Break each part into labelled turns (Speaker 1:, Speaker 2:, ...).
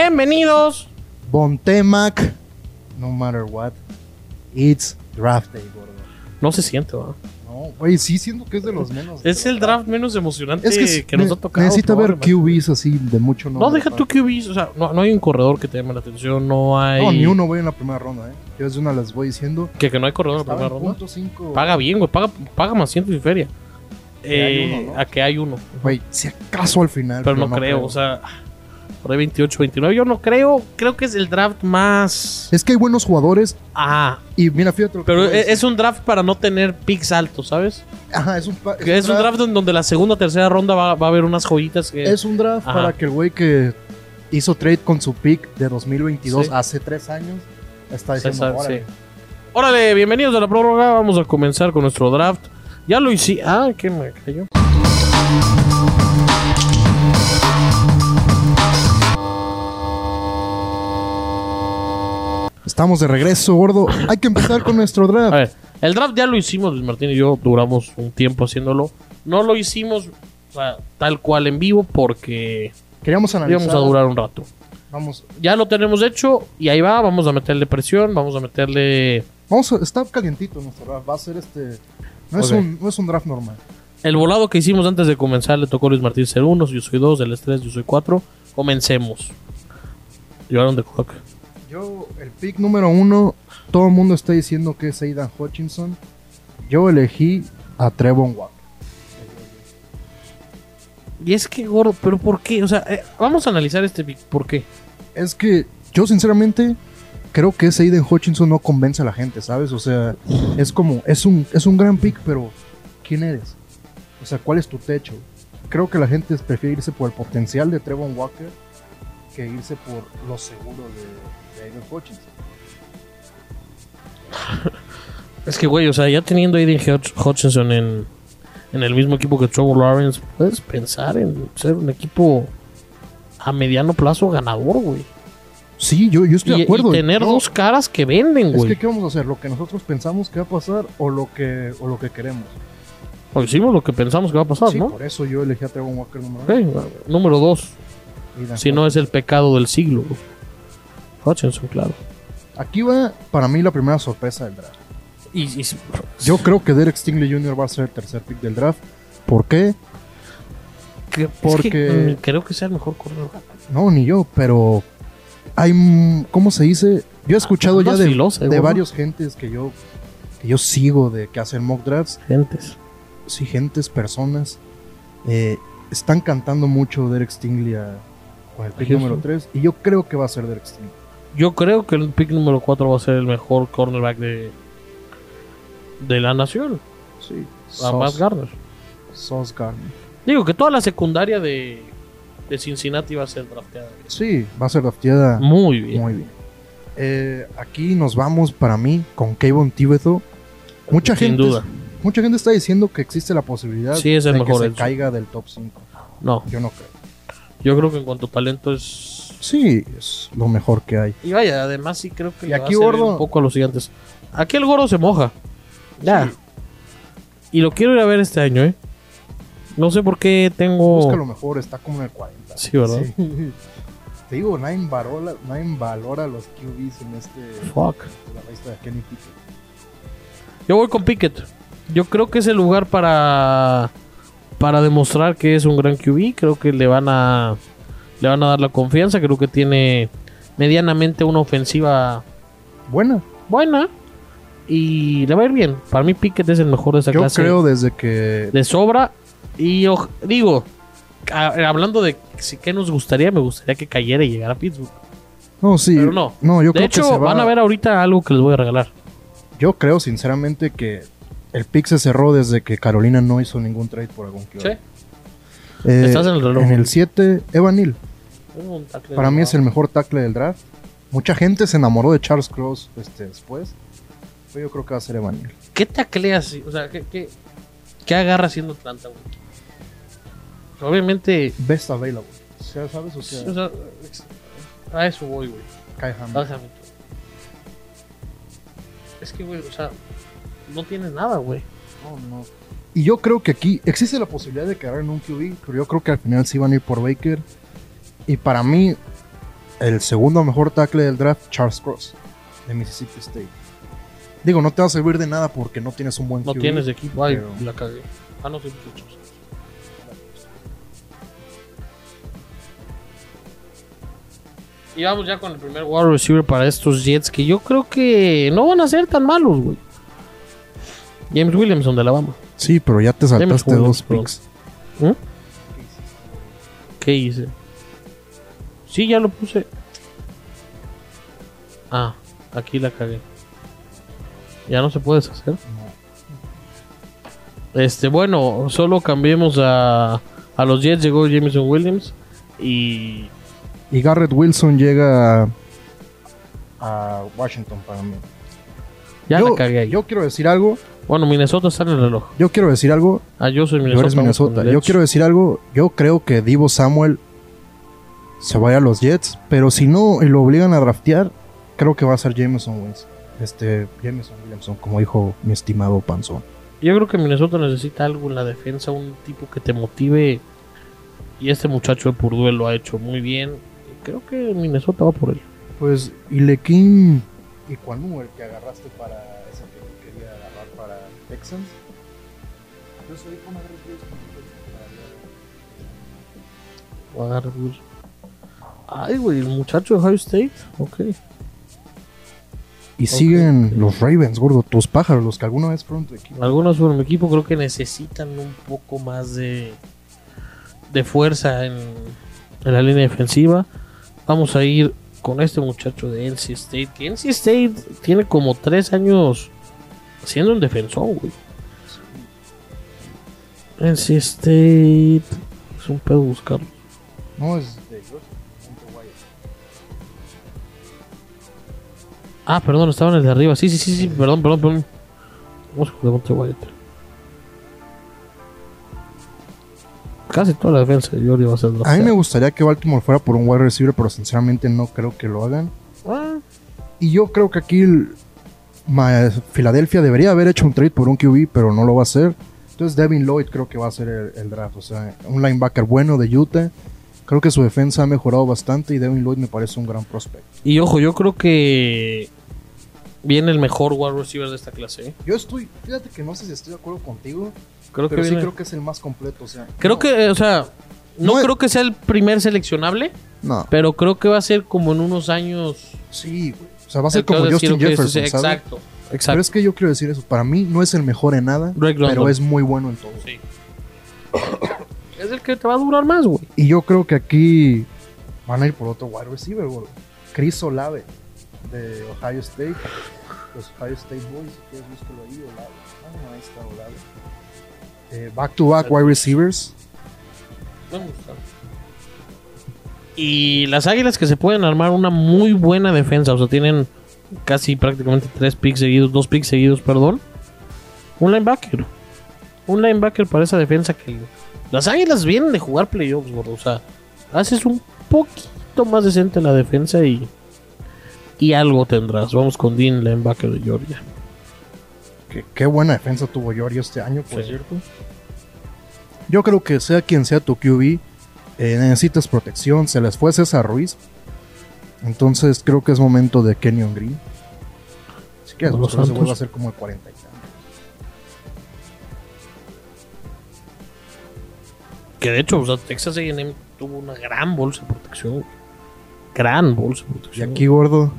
Speaker 1: Bienvenidos.
Speaker 2: Bontemac, no matter what, it's draft day, gordo.
Speaker 1: No se siente, ¿verdad?
Speaker 2: No, güey, sí siento que es de los menos.
Speaker 1: Es el draft menos emocionante
Speaker 2: Es
Speaker 1: que,
Speaker 2: que, es-
Speaker 1: nos
Speaker 2: ne-
Speaker 1: ha tocado.
Speaker 2: necesita ver
Speaker 1: probablemente.
Speaker 2: QBs así de mucho
Speaker 1: No,
Speaker 2: nombre,
Speaker 1: deja
Speaker 2: pa.
Speaker 1: tu QBs. O sea, no, no hay un corredor que te llame la atención. No hay.
Speaker 2: No, ni uno voy en la primera ronda, eh. Yo desde una las voy diciendo.
Speaker 1: Que, que no hay corredor en la
Speaker 2: Estaba
Speaker 1: primera
Speaker 2: en
Speaker 1: ronda.
Speaker 2: punto cinco.
Speaker 1: Paga bien, güey. Paga, paga más ciento y feria.
Speaker 2: Que hay
Speaker 1: Eh,
Speaker 2: uno, ¿no?
Speaker 1: A que hay uno.
Speaker 2: Güey, si acaso al final.
Speaker 1: Pero no, creo, o sea, por ahí 28, 29. Yo no creo, creo que es el draft más.
Speaker 2: Es que hay buenos jugadores
Speaker 1: Ah,
Speaker 2: y mira, fíjate lo que
Speaker 1: pero e,
Speaker 2: te voy a
Speaker 1: es,
Speaker 2: decir.
Speaker 1: es un draft para no tener picks altos, ¿sabes?
Speaker 2: Ajá, es un, pa-
Speaker 1: Que Es un draft en donde la segunda o tercera ronda va, va a haber unas joyitas que.
Speaker 2: Es un draft
Speaker 1: Ajá.
Speaker 2: para que el güey que hizo trade con su pick de 2022
Speaker 1: Sí.
Speaker 2: hace tres años está
Speaker 1: se
Speaker 2: diciendo,
Speaker 1: sabe,
Speaker 2: "Órale,
Speaker 1: sí. Órale, bienvenidos a la prórroga. Vamos a comenzar con nuestro draft. Ya lo hice. Ah, ¿qué me cayó?
Speaker 2: Estamos de regreso, gordo. Hay que empezar con nuestro
Speaker 1: A
Speaker 2: draft.
Speaker 1: ver, el draft ya lo hicimos, Luis Martín y yo duramos un tiempo haciéndolo. No lo hicimos o sea, tal cual en vivo porque
Speaker 2: Queríamos analizar.
Speaker 1: íbamos a durar un rato.
Speaker 2: Vamos,
Speaker 1: ya lo tenemos hecho y ahí va, vamos a meterle presión, vamos a meterle...
Speaker 2: vamos a, está calientito nuestro draft. Va a ser este. No, es
Speaker 1: Ok.
Speaker 2: un, no es un draft normal.
Speaker 1: El volado que hicimos antes de comenzar le tocó a Luis Martín ser 1, yo soy 2, él es 3, yo soy 4. Comencemos. Llevaron de clock.
Speaker 2: Yo, el pick número uno, todo el mundo está diciendo que es Aidan Hutchinson. Yo elegí a Trevon Walker.
Speaker 1: Y es que gordo, pero ¿por qué? O sea, eh, vamos a analizar este pick, ¿por qué?
Speaker 2: Es que yo, sinceramente, creo que ese Aiden Hutchinson no convence a la gente, ¿sabes? O sea, es como, es un, es un gran pick, pero ¿quién eres? O sea, ¿cuál es tu techo? Creo que la gente prefiere irse por el potencial de Trevon Walker que irse por lo seguro de, de Aiden Hutchinson.
Speaker 1: Es que, güey, o sea, ya teniendo a Aiden Hutch- Hutchinson en, en el mismo equipo que Trevor Lawrence, puedes pensar en ser un equipo a mediano plazo ganador, güey.
Speaker 2: Sí, yo, yo estoy
Speaker 1: Y,
Speaker 2: de
Speaker 1: y
Speaker 2: acuerdo.
Speaker 1: tener
Speaker 2: No,
Speaker 1: dos caras que venden,
Speaker 2: Es
Speaker 1: güey.
Speaker 2: que, ¿qué vamos a hacer? ¿Lo que nosotros pensamos que va a pasar o lo que, o lo que queremos?
Speaker 1: O Pues hicimos lo que pensamos que va a pasar,
Speaker 2: sí,
Speaker 1: ¿no?
Speaker 2: por eso yo elegí a Trevon Walker número
Speaker 1: Ok, número dos.
Speaker 2: uno, Aiden
Speaker 1: Si no es el pecado del siglo. güey. Hutchinson, claro.
Speaker 2: Aquí va, para mí, la primera sorpresa del draft.
Speaker 1: Y,
Speaker 2: Yo creo que Derek Stingley Jr. va a ser el tercer pick del draft. ¿Por qué?
Speaker 1: porque
Speaker 2: porque-
Speaker 1: creo que sea el mejor corredor.
Speaker 2: No, ni yo, pero hay, mm, ¿cómo se dice? Yo he escuchado ya
Speaker 1: Andas
Speaker 2: de,
Speaker 1: filosa, eh,
Speaker 2: de
Speaker 1: gordo.
Speaker 2: varios gentes que yo, que yo sigo de que hacen mock drafts.
Speaker 1: Gentes.
Speaker 2: Sí, gentes, personas. eh, están cantando mucho Derek Stingley a- con el pick
Speaker 1: Houston.
Speaker 2: número 3. Y yo creo que va a ser Derek Stingley.
Speaker 1: Yo creo que el pick número 4 va a ser el mejor cornerback de, de la nación.
Speaker 2: Sí.
Speaker 1: A Matt
Speaker 2: Sauce,
Speaker 1: Garner.
Speaker 2: Sauce Gardner.
Speaker 1: Digo que toda la secundaria de, de Cincinnati va a ser drafteada.
Speaker 2: Sí, va a ser drafteada
Speaker 1: Muy bien.
Speaker 2: Muy bien. Eh, aquí nos vamos, para mí, con Kevin Tíbeto. Mucha
Speaker 1: Sin
Speaker 2: gente,
Speaker 1: duda.
Speaker 2: Mucha gente está diciendo que existe la posibilidad
Speaker 1: Sí, es el
Speaker 2: de
Speaker 1: mejor,
Speaker 2: que
Speaker 1: el-
Speaker 2: se caiga del top 5.
Speaker 1: No,
Speaker 2: Yo no creo.
Speaker 1: yo creo que en cuanto a talento es...
Speaker 2: Sí, es lo mejor que hay.
Speaker 1: Y vaya, además sí creo que
Speaker 2: Y
Speaker 1: le va a
Speaker 2: aquí,
Speaker 1: servir
Speaker 2: gordo.
Speaker 1: un poco a los gigantes. Aquí el gordo se moja. Ya. Y lo quiero ir a ver este año, ¿eh? No sé por qué tengo...
Speaker 2: Busca lo mejor, está como en el 40.
Speaker 1: Oh. Sí, ¿verdad?
Speaker 2: Sí. Te digo, nadie valora, nadie valora los QBs en este
Speaker 1: Fuck.
Speaker 2: en la lista de Kenny Pickett.
Speaker 1: Yo voy con Pickett. Yo creo que es el lugar para... Para demostrar que es un gran QB. Creo que le van a... Le van a dar la confianza. Creo que tiene medianamente una ofensiva
Speaker 2: Buena.
Speaker 1: buena. Y le va a ir bien. Para mí Pickett es el mejor de esa
Speaker 2: Yo
Speaker 1: clase.
Speaker 2: creo desde que
Speaker 1: de sobra. Y oj- digo, ca- hablando de si que nos gustaría, me gustaría que cayera y llegara a Pittsburgh.
Speaker 2: No, sí.
Speaker 1: Pero no.
Speaker 2: yo
Speaker 1: de
Speaker 2: creo que
Speaker 1: hecho,
Speaker 2: se va-
Speaker 1: van a ver ahorita algo que les voy a regalar.
Speaker 2: Yo creo sinceramente que el pick se cerró desde que Carolina no hizo ningún trade por algún club. Eh,
Speaker 1: Estás en el reloj.
Speaker 2: En el 7, Evan Neal.
Speaker 1: Un tackle
Speaker 2: Para
Speaker 1: de
Speaker 2: mí es el
Speaker 1: lado.
Speaker 2: mejor tackle del draft. Mucha gente se enamoró de Charles Cross este, después. Pero yo creo que va a ser Evan Neal.
Speaker 1: ¿Qué tacleas? O sea, ¿qué, qué, qué agarra haciendo Atlanta, güey? Obviamente. pues,
Speaker 2: Best available. O sea, ¿sabes? O sea,
Speaker 1: o sea, es- a eso voy, güey.
Speaker 2: Kai Hamilton.
Speaker 1: Bájame tú. Es que, güey, o sea, no tienes nada, güey.
Speaker 2: No, no. Y yo creo que aquí existe la posibilidad de quedar en un QB, pero yo creo que al final sí van a ir por Baker. Y para mí, el segundo mejor tackle del draft, Charles Cross, de Mississippi State. Digo, no te va a servir de nada porque no tienes un buen
Speaker 1: No
Speaker 2: QB.
Speaker 1: tienes equipo. Ay,
Speaker 2: Pero-
Speaker 1: la cagué. Ah, no, sí, muchachos. Y vamos ya con el primer wide receiver para estos Jets que yo creo que no van a ser tan malos, güey. James Williamson de Alabama.
Speaker 2: Sí, pero ya te
Speaker 1: James
Speaker 2: saltaste
Speaker 1: Williams,
Speaker 2: dos
Speaker 1: perdón.
Speaker 2: picks.
Speaker 1: ¿Qué hice? Sí, ya lo puse. Ah, aquí la cagué. Ya no se puede deshacer. Este, bueno, solo cambiemos a, a los Jets. Llegó Jameson Williams. Y
Speaker 2: Y Garrett Wilson llega a, a Washington para mí.
Speaker 1: ya
Speaker 2: yo,
Speaker 1: la cagué ahí.
Speaker 2: Yo quiero decir algo.
Speaker 1: Bueno, Minnesota está en el reloj.
Speaker 2: Yo quiero decir algo.
Speaker 1: Ah, yo soy
Speaker 2: Tú
Speaker 1: Minnesota.
Speaker 2: eres Minnesota. Yo quiero decir algo. Yo creo que Divo Samuel se vaya a los Jets, pero si no y lo obligan a draftear, creo que va a ser Jameson Williams. Este, Jameson Williamson, como dijo mi estimado Panzón.
Speaker 1: Yo creo que Minnesota necesita algo en la defensa, un tipo que te motive. Y este muchacho de Purdue lo ha hecho muy bien. Creo que Minnesota va por él.
Speaker 2: Pues, y Lequín y Cuanú, el que agarraste para esa que quería agarrar para Texans. Yo soy con Garrett Wilson,
Speaker 1: O a Garrett Wilson. Ay, güey, el muchacho de Ohio State. Ok.
Speaker 2: Y siguen los Ravens, gordo, tus pájaros, los que alguna vez fueron tu equipo.
Speaker 1: Algunos por mi equipo creo que necesitan un poco más de, de fuerza en, en la línea defensiva. Vamos a ir con este muchacho de NC State. Que NC State tiene como tres años siendo un defensor, güey. NC State. Es un pedo buscarlo.
Speaker 2: No, es de
Speaker 1: Ah, perdón, estaba en el de arriba. Sí, sí, sí, sí, perdón, perdón, perdón. Vamos con Devontae Wyatt. Casi toda la defensa de Jordi va a ser
Speaker 2: A mí me
Speaker 1: drafteada.
Speaker 2: gustaría que Baltimore fuera por un wide receiver, pero sinceramente no creo que lo hagan.
Speaker 1: Ah,
Speaker 2: Y yo creo que aquí el- Ma- Filadelfia debería haber hecho un trade por un QB, pero no lo va a hacer. Entonces Devin Lloyd creo que va a ser el, el draft. O sea, un linebacker bueno de Utah. Creo que su defensa ha mejorado bastante y Devin Lloyd me parece un gran prospecto.
Speaker 1: Y ojo, yo creo que viene el mejor wide receiver de esta clase. ¿eh?
Speaker 2: Yo estoy, fíjate que no sé si estoy de acuerdo contigo,
Speaker 1: Creo que
Speaker 2: pero sí
Speaker 1: viene-
Speaker 2: creo que es el más completo. O sea,
Speaker 1: creo
Speaker 2: no,
Speaker 1: que, eh, o sea, no,
Speaker 2: No es-
Speaker 1: creo que sea el primer seleccionable,
Speaker 2: No,
Speaker 1: pero creo que va a ser como en unos años.
Speaker 2: sí, güey. O sea, va a
Speaker 1: el
Speaker 2: ser
Speaker 1: que va
Speaker 2: como
Speaker 1: decir
Speaker 2: Justin
Speaker 1: que es-
Speaker 2: Jefferson, ¿sabes?
Speaker 1: Exacto, exacto.
Speaker 2: Pero es que yo quiero decir eso. Para mí no es el mejor en nada,
Speaker 1: Drake
Speaker 2: pero
Speaker 1: London.
Speaker 2: es muy bueno en todo.
Speaker 1: Sí. es el que te va a durar más, güey.
Speaker 2: Y yo creo que aquí van a ir por otro wide receiver, güey. Chris Olave, de Ohio State. Los Ohio State Boys, si quieres búscalo ahí, Olave. Ah, no, ahí está Olave. Eh, back to back wide receivers.
Speaker 1: Me gusta. Y las águilas que se pueden armar una muy buena defensa. O sea, tienen casi prácticamente tres picks seguidos, dos picks seguidos, perdón. Un linebacker. Un linebacker para esa defensa que. Las águilas vienen de jugar playoffs, gordo. O sea, haces un poquito más decente la defensa y. Y algo tendrás. Vamos con Dean, linebacker de Georgia.
Speaker 2: Que- qué buena defensa tuvo Georgia este año, por
Speaker 1: Sí.
Speaker 2: cierto. Yo creo que sea quien sea tu QB, eh, necesitas protección. Se les fue César Ruiz. Entonces creo que es momento de Kenyon Green. Si quieres,
Speaker 1: Los
Speaker 2: búscalo, se
Speaker 1: Santos.
Speaker 2: vuelve a ser como el 40 y tanto.
Speaker 1: Que de hecho, o sea, Texas AM tuvo una gran bolsa de protección. güey. Gran bolsa de
Speaker 2: Y
Speaker 1: protección.
Speaker 2: aquí, gordo,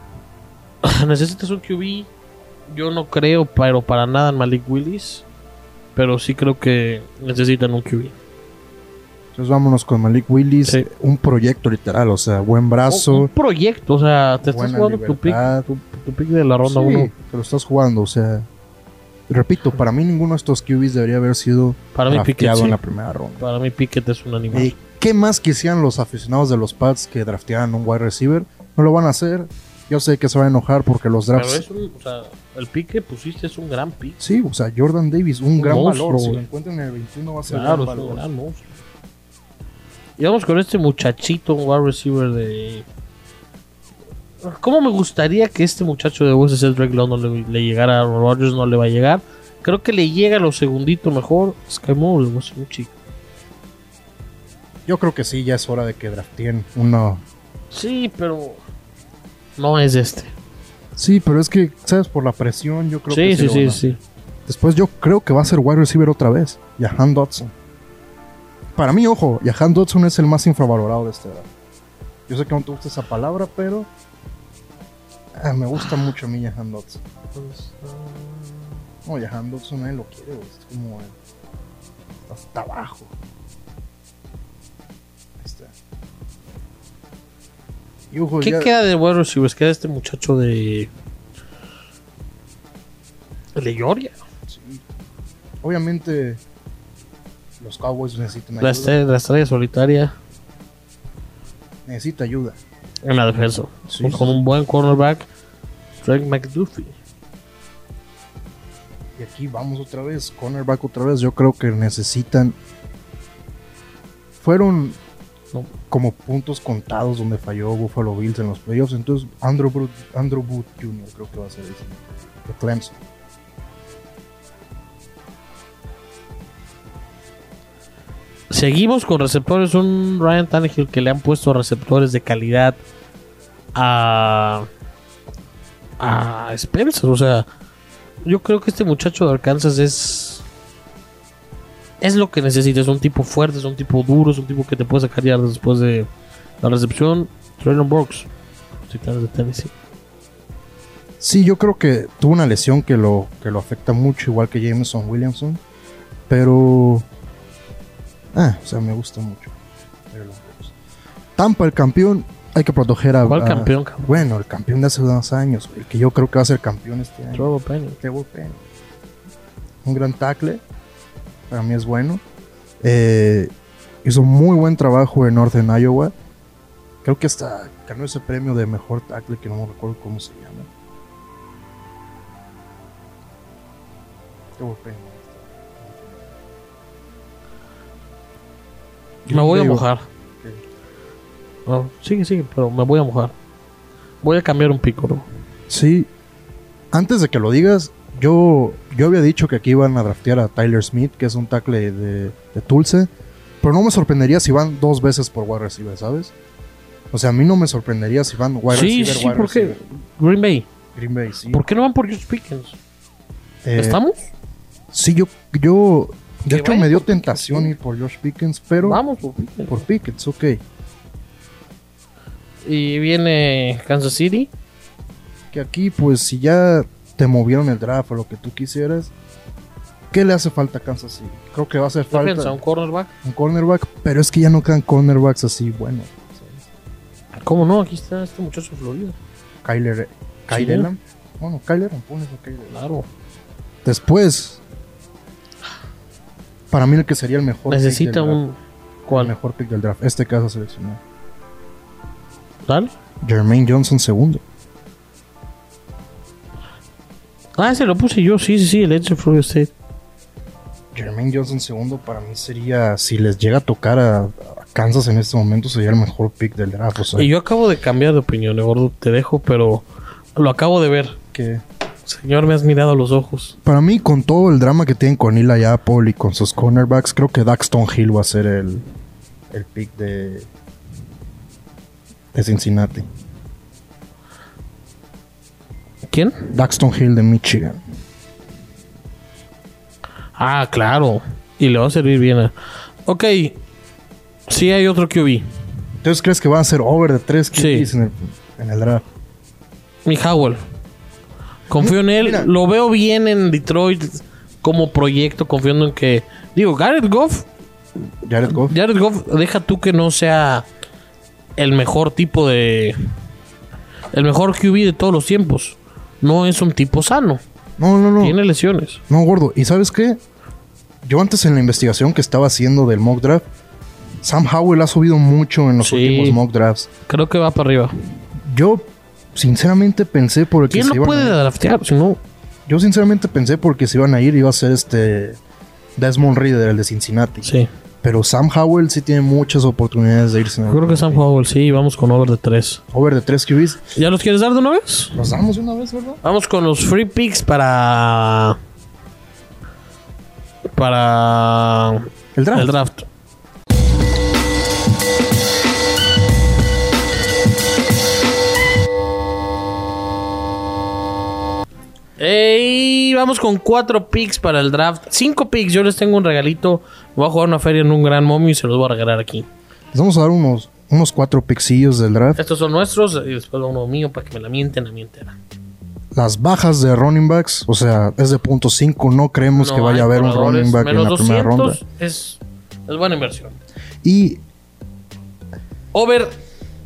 Speaker 1: Necesitas un QB. Yo no creo, pero para nada en Malik Willis. Pero sí creo que necesitan un QB.
Speaker 2: Entonces vámonos con Malik Willis.
Speaker 1: Sí. Oh,
Speaker 2: Un proyecto literal, o sea, buen
Speaker 1: Un-
Speaker 2: brazo.
Speaker 1: Un proyecto, o sea, te estás
Speaker 2: buena
Speaker 1: jugando tu pick,
Speaker 2: libertad.
Speaker 1: tu, tu pick de la ronda
Speaker 2: Sí,
Speaker 1: 1.
Speaker 2: te lo estás jugando, o sea. Repito, para mí ninguno de estos QBs debería haber sido
Speaker 1: Para mí, Pickett,
Speaker 2: drafteado en
Speaker 1: sí.
Speaker 2: la primera ronda.
Speaker 1: para mí, Pickett es un animal.
Speaker 2: Eh, ¿Qué más quisieran los aficionados de los Pats que draftearan un wide receiver? No lo van a hacer. Yo sé que se van a enojar porque los
Speaker 1: pero
Speaker 2: drafts.
Speaker 1: es un, o sea, el pick que pusiste es un gran pick.
Speaker 2: Sí, o sea, Jordan Davis, un,
Speaker 1: Un
Speaker 2: gran
Speaker 1: monstruo,
Speaker 2: valor. Si lo
Speaker 1: güey.
Speaker 2: encuentran en el 21 va a ser
Speaker 1: Claro,
Speaker 2: gran
Speaker 1: es un
Speaker 2: valor.
Speaker 1: gran monstruo. Y vamos con este muchachito, un wide receiver de. ¿Cómo me gustaría que este muchacho de USC Drake London le, le llegara a Rodgers? No le va a llegar. Creo que le llega a los segunditos mejor. Sky Moore, es un chico.
Speaker 2: Yo creo que sí, ya es hora de que drafteen uno.
Speaker 1: Sí, pero no es este.
Speaker 2: Sí, pero es que, ¿sabes? Por la presión, yo creo
Speaker 1: Sí,
Speaker 2: que
Speaker 1: sí,
Speaker 2: lo van
Speaker 1: sí,
Speaker 2: a-
Speaker 1: sí.
Speaker 2: Después yo creo que va a ser wide receiver otra vez. Jahan Dodson. Para mí, ojo, Jahan Dodson es el más infravalorado de este draft. Yo sé que no te gusta esa palabra, pero... ah, me gusta mucho a mí Jahan Dodson. No, Jahan Dodson nadie lo quiere, güey. Es como... eh, Hasta abajo. Ahí está. Y ojo,
Speaker 1: ¿Qué
Speaker 2: Pues ya-
Speaker 1: queda de wide receivers? Queda este muchacho de. De Georgia.
Speaker 2: sí. Obviamente... Los Cowboys necesitan
Speaker 1: La
Speaker 2: ayuda.
Speaker 1: estrella, la estrella solitaria
Speaker 2: Necesita ayuda.
Speaker 1: en la defensa.
Speaker 2: Sí,
Speaker 1: con,
Speaker 2: sí,
Speaker 1: con un buen cornerback, Frank McDuffie.
Speaker 2: Y aquí vamos otra vez, cornerback otra vez. Yo creo que necesitan. Fueron
Speaker 1: No.
Speaker 2: como puntos contados donde falló Buffalo Bills en los playoffs. Entonces, Andrew Boot, Andrew Booth Jr. creo que va a ser ese de Clemson.
Speaker 1: Seguimos con receptores. Un Ryan Tannehill que le han puesto receptores de calidad a. a Spencer. O sea, yo creo que este muchacho de Arkansas es. Es lo que necesitas. Es un tipo fuerte, es un tipo duro, es un tipo que te puede sacar yardas después de la recepción. Traylon Brooks, Titanes de Tennessee.
Speaker 2: Sí, yo creo que tuvo una lesión que lo, que lo afecta mucho, igual que Jameson Williamson. Pero. Ah, o sea, me gusta mucho. Pero lo- Tampa, el campeón, hay que proteger a.
Speaker 1: ¿Cuál
Speaker 2: a-
Speaker 1: campeón, cabrón?
Speaker 2: Bueno, el campeón de hace dos años, güey, que yo creo que va a ser campeón este año.
Speaker 1: Trevor Penning.
Speaker 2: Trevor Penning. Un gran tackle. Para mí es bueno. Eh, hizo muy buen trabajo en Northern Iowa. Creo que hasta ganó ese premio de mejor tackle que no me recuerdo cómo se llama. Trevor Penning.
Speaker 1: Me voy a
Speaker 2: Digo,
Speaker 1: mojar. No, Ah, sigue, sigue, pero me voy a mojar. Voy a cambiar un pico, ¿no?
Speaker 2: Sí. Antes de que lo digas, yo, yo había dicho que aquí iban a draftear a Tyler Smith, que es un tackle de, de Tulsa. Pero no me sorprendería si van dos veces por wide receiver, ¿sabes? O sea, a mí no me sorprendería si van wide
Speaker 1: Sí,
Speaker 2: receiver,
Speaker 1: sí,
Speaker 2: wide
Speaker 1: porque
Speaker 2: receiver.
Speaker 1: Green Bay.
Speaker 2: Green Bay, sí.
Speaker 1: ¿Por qué no van por George Pickens?
Speaker 2: Eh,
Speaker 1: ¿Estamos?
Speaker 2: Sí, yo, yo
Speaker 1: Que
Speaker 2: de hecho
Speaker 1: vayan
Speaker 2: me dio
Speaker 1: por Pickens,
Speaker 2: tentación
Speaker 1: sí.
Speaker 2: ir por Josh Pickens, pero
Speaker 1: Vamos por Pickens.
Speaker 2: por Pickens, ok.
Speaker 1: Y viene Kansas City.
Speaker 2: Que aquí, pues, si ya te movieron el draft o lo que tú quisieras, ¿qué le hace falta a Kansas City? Creo que va a hacer falta...
Speaker 1: Defensa, un cornerback.
Speaker 2: un cornerback, pero es que ya no quedan cornerbacks así, bueno.
Speaker 1: ¿Cómo no? Aquí está este muchacho de Florida.
Speaker 2: Kyler,
Speaker 1: Sí.
Speaker 2: Kyle Elam. Bueno, Kyler Elam, pones a Kyle Elam.
Speaker 1: Claro.
Speaker 2: Después, para mí el que sería el mejor
Speaker 1: Necesita
Speaker 2: pick del draft,
Speaker 1: un.
Speaker 2: el
Speaker 1: ¿Cuál?
Speaker 2: mejor pick del draft, este caso seleccionado.
Speaker 1: ¿Dale?
Speaker 2: Jermaine Johnson segundo.
Speaker 1: Ah, ese lo puse yo. Sí, sí, sí. El Edge de Florida State.
Speaker 2: Jermaine Johnson segundo para mí sería, si les llega a tocar a, a Kansas en este momento, sería el mejor pick del draft. O sea,
Speaker 1: Y yo acabo de cambiar de opinión, eh, gordo. Te dejo, pero lo acabo de ver.
Speaker 2: que
Speaker 1: Señor, me has mirado a los ojos.
Speaker 2: para mí, con todo el drama que tienen con Eli Apple y con sus cornerbacks, creo que Daxton Hill va a ser el, el pick de, de Cincinnati.
Speaker 1: ¿Quién?
Speaker 2: Daxton Hill de Michigan.
Speaker 1: Ah, claro. Y le va a servir bien. a- Ok. Sí hay otro QB.
Speaker 2: Entonces, ¿crees que van a ser over de 3 QBs
Speaker 1: Sí.
Speaker 2: en, el, en el draft?
Speaker 1: Mi Howell. Confío en él.
Speaker 2: Mira.
Speaker 1: Lo veo bien en Detroit como proyecto, confiando en que... Digo, Garrett Goff.
Speaker 2: Jared Goff.
Speaker 1: Jared Goff, deja tú que no sea el mejor tipo de... El mejor QB de todos los tiempos. No es un tipo sano.
Speaker 2: No, no, no.
Speaker 1: Tiene lesiones.
Speaker 2: No, gordo. ¿Y sabes qué? Yo antes en la investigación que estaba haciendo del mock draft, Sam Howell ha subido mucho en los
Speaker 1: Sí.
Speaker 2: últimos mock drafts.
Speaker 1: Creo que va para arriba.
Speaker 2: Yo, sinceramente, pensé por el que
Speaker 1: ¿Quién
Speaker 2: se
Speaker 1: lo
Speaker 2: iban
Speaker 1: puede
Speaker 2: a ir.
Speaker 1: draftear? Si no...
Speaker 2: Yo, sinceramente, pensé porque se iban a ir iba a ser este Desmond Reader, el de Cincinnati.
Speaker 1: Sí.
Speaker 2: Pero Sam Howell sí tiene muchas oportunidades de irse. en el-
Speaker 1: Creo que Sam Howell, sí. Vamos con over de 3.
Speaker 2: Over de 3 QBs.
Speaker 1: ¿Ya los quieres dar de una vez?
Speaker 2: Los damos de una vez, ¿verdad?
Speaker 1: Vamos con los free picks para. Para.
Speaker 2: El draft.
Speaker 1: El draft. Ey, vamos con cuatro picks para el draft. Cinco picks, yo les tengo un regalito. Voy a jugar una feria en un gran momio y se los voy a regalar aquí.
Speaker 2: Les vamos a dar unos, unos cuatro pixillos del draft.
Speaker 1: Estos son nuestros y después uno mío para que me la mienten a mí entera.
Speaker 2: Las bajas de running backs, o sea, es de punto 5. No creemos
Speaker 1: No
Speaker 2: que vaya
Speaker 1: hay
Speaker 2: a haber un
Speaker 1: corredores.
Speaker 2: running back en
Speaker 1: Menos
Speaker 2: la primera ronda.
Speaker 1: 200 Es, es buena inversión.
Speaker 2: Y
Speaker 1: Over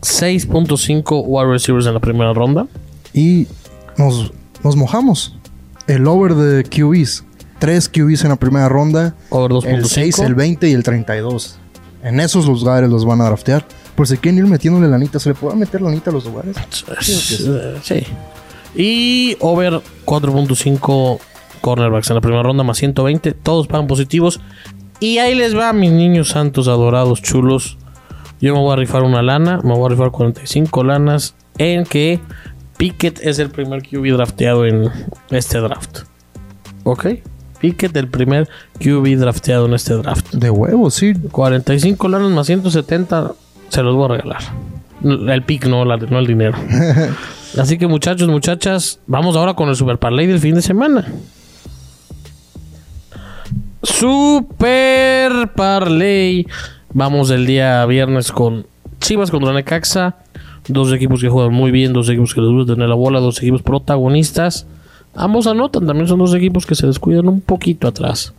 Speaker 1: 6.5 wide receivers en la primera ronda.
Speaker 2: y nos, nos mojamos. El over de QBs. Tres QBs en la primera ronda.
Speaker 1: Over
Speaker 2: El 6,
Speaker 1: 2.5.
Speaker 2: el 20 y el 32. En esos lugares los van a draftear. Por si quieren ir metiéndole la nita, ¿se le puede meter la nita a los lugares?
Speaker 1: Sí. Y over 4.5 cornerbacks en la primera ronda, más 120. Todos pagan positivos. Y ahí les va, mis niños santos, adorados, chulos. Yo me voy a rifar una lana. Me voy a rifar 45 lanas. En que Pickett es el primer QB drafteado en este draft. ¿Ok? Pickett, el primer QB drafteado en este draft.
Speaker 2: De huevo, sí.
Speaker 1: 45 lanas más 170 se los voy a regalar. El pick, no, la- no el dinero. Así que muchachos, muchachas, vamos ahora con el Super Parlay del fin de semana. Super Parlay. Vamos el día viernes con Chivas contra Necaxa. Dos equipos que juegan muy bien, dos equipos que les gusta tener la bola, dos equipos protagonistas. Ambos anotan, también son dos equipos que se descuidan un poquito atrás.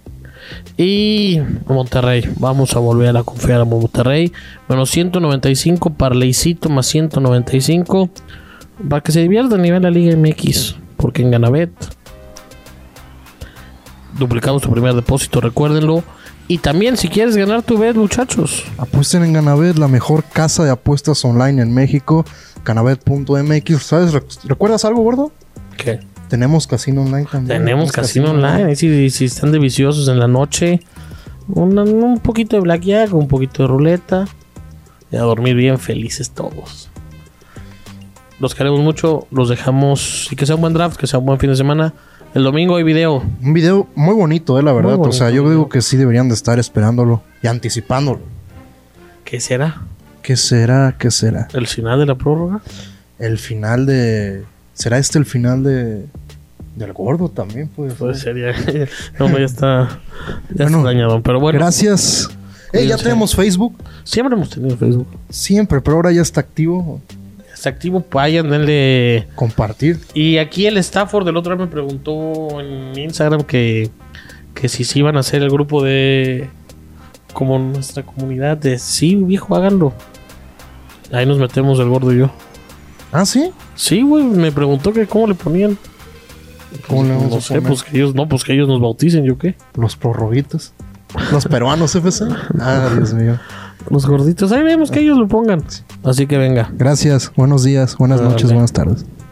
Speaker 1: Y Monterrey, vamos a volver a confiar a Monterrey. Menos 195, Parleycito más 195. Para que se diviertan y vean la Liga MX. Porque en Ganabet duplicamos tu primer depósito, recuérdenlo. Y también, si quieres ganar tu bet, muchachos.
Speaker 2: Apuesten en Ganabet, la mejor casa de apuestas online en México. Ganabet.mx. ¿Sabes? Rec- ¿Recuerdas algo, gordo?
Speaker 1: ¿Qué?
Speaker 2: Tenemos casino online también.
Speaker 1: Tenemos casino online. Y si, si están de viciosos en la noche, una- un poquito de blackjack, un poquito de ruleta. Y a dormir bien felices todos. Los queremos mucho, los dejamos. Y que sea un buen draft, que sea un buen fin de semana. El domingo hay video.
Speaker 2: Un video muy bonito, eh, la verdad. o sea,
Speaker 1: bonito
Speaker 2: yo
Speaker 1: video.
Speaker 2: digo que sí deberían de estar esperándolo y anticipándolo.
Speaker 1: ¿Qué será?
Speaker 2: ¿Qué será? ¿Qué será?
Speaker 1: ¿El final de la prórroga?
Speaker 2: El final de. ¿Será este el final de. Del gordo también? Pues,
Speaker 1: Pues sería. No, ya está. Ya
Speaker 2: Bueno,
Speaker 1: está dañado. Pero bueno,
Speaker 2: Gracias. Eh, ya
Speaker 1: Cuídense.
Speaker 2: tenemos Facebook.
Speaker 1: siempre hemos tenido Facebook.
Speaker 2: Siempre, pero ahora ya está activo.
Speaker 1: Está activo, vayan, denle.
Speaker 2: Compartir.
Speaker 1: Y aquí el Stafford del otro día me preguntó en Instagram que, que si se iban a hacer el grupo de como nuestra comunidad de sí, viejo, háganlo. Ahí nos metemos el gordo y yo.
Speaker 2: Ah, sí.
Speaker 1: Sí, güey, me preguntó que cómo le ponían.
Speaker 2: ¿Cómo le vamos
Speaker 1: No
Speaker 2: a
Speaker 1: sé,
Speaker 2: poner?
Speaker 1: pues que ellos, no, pues que ellos nos bauticen, yo qué.
Speaker 2: Los prorroguitos. Los peruanos FC. Ah, Dios mío.
Speaker 1: Los gorditos, ahí vemos que ellos lo pongan. Así que venga.
Speaker 2: Gracias. Buenos días, buenas
Speaker 1: Órale.
Speaker 2: noches, buenas tardes.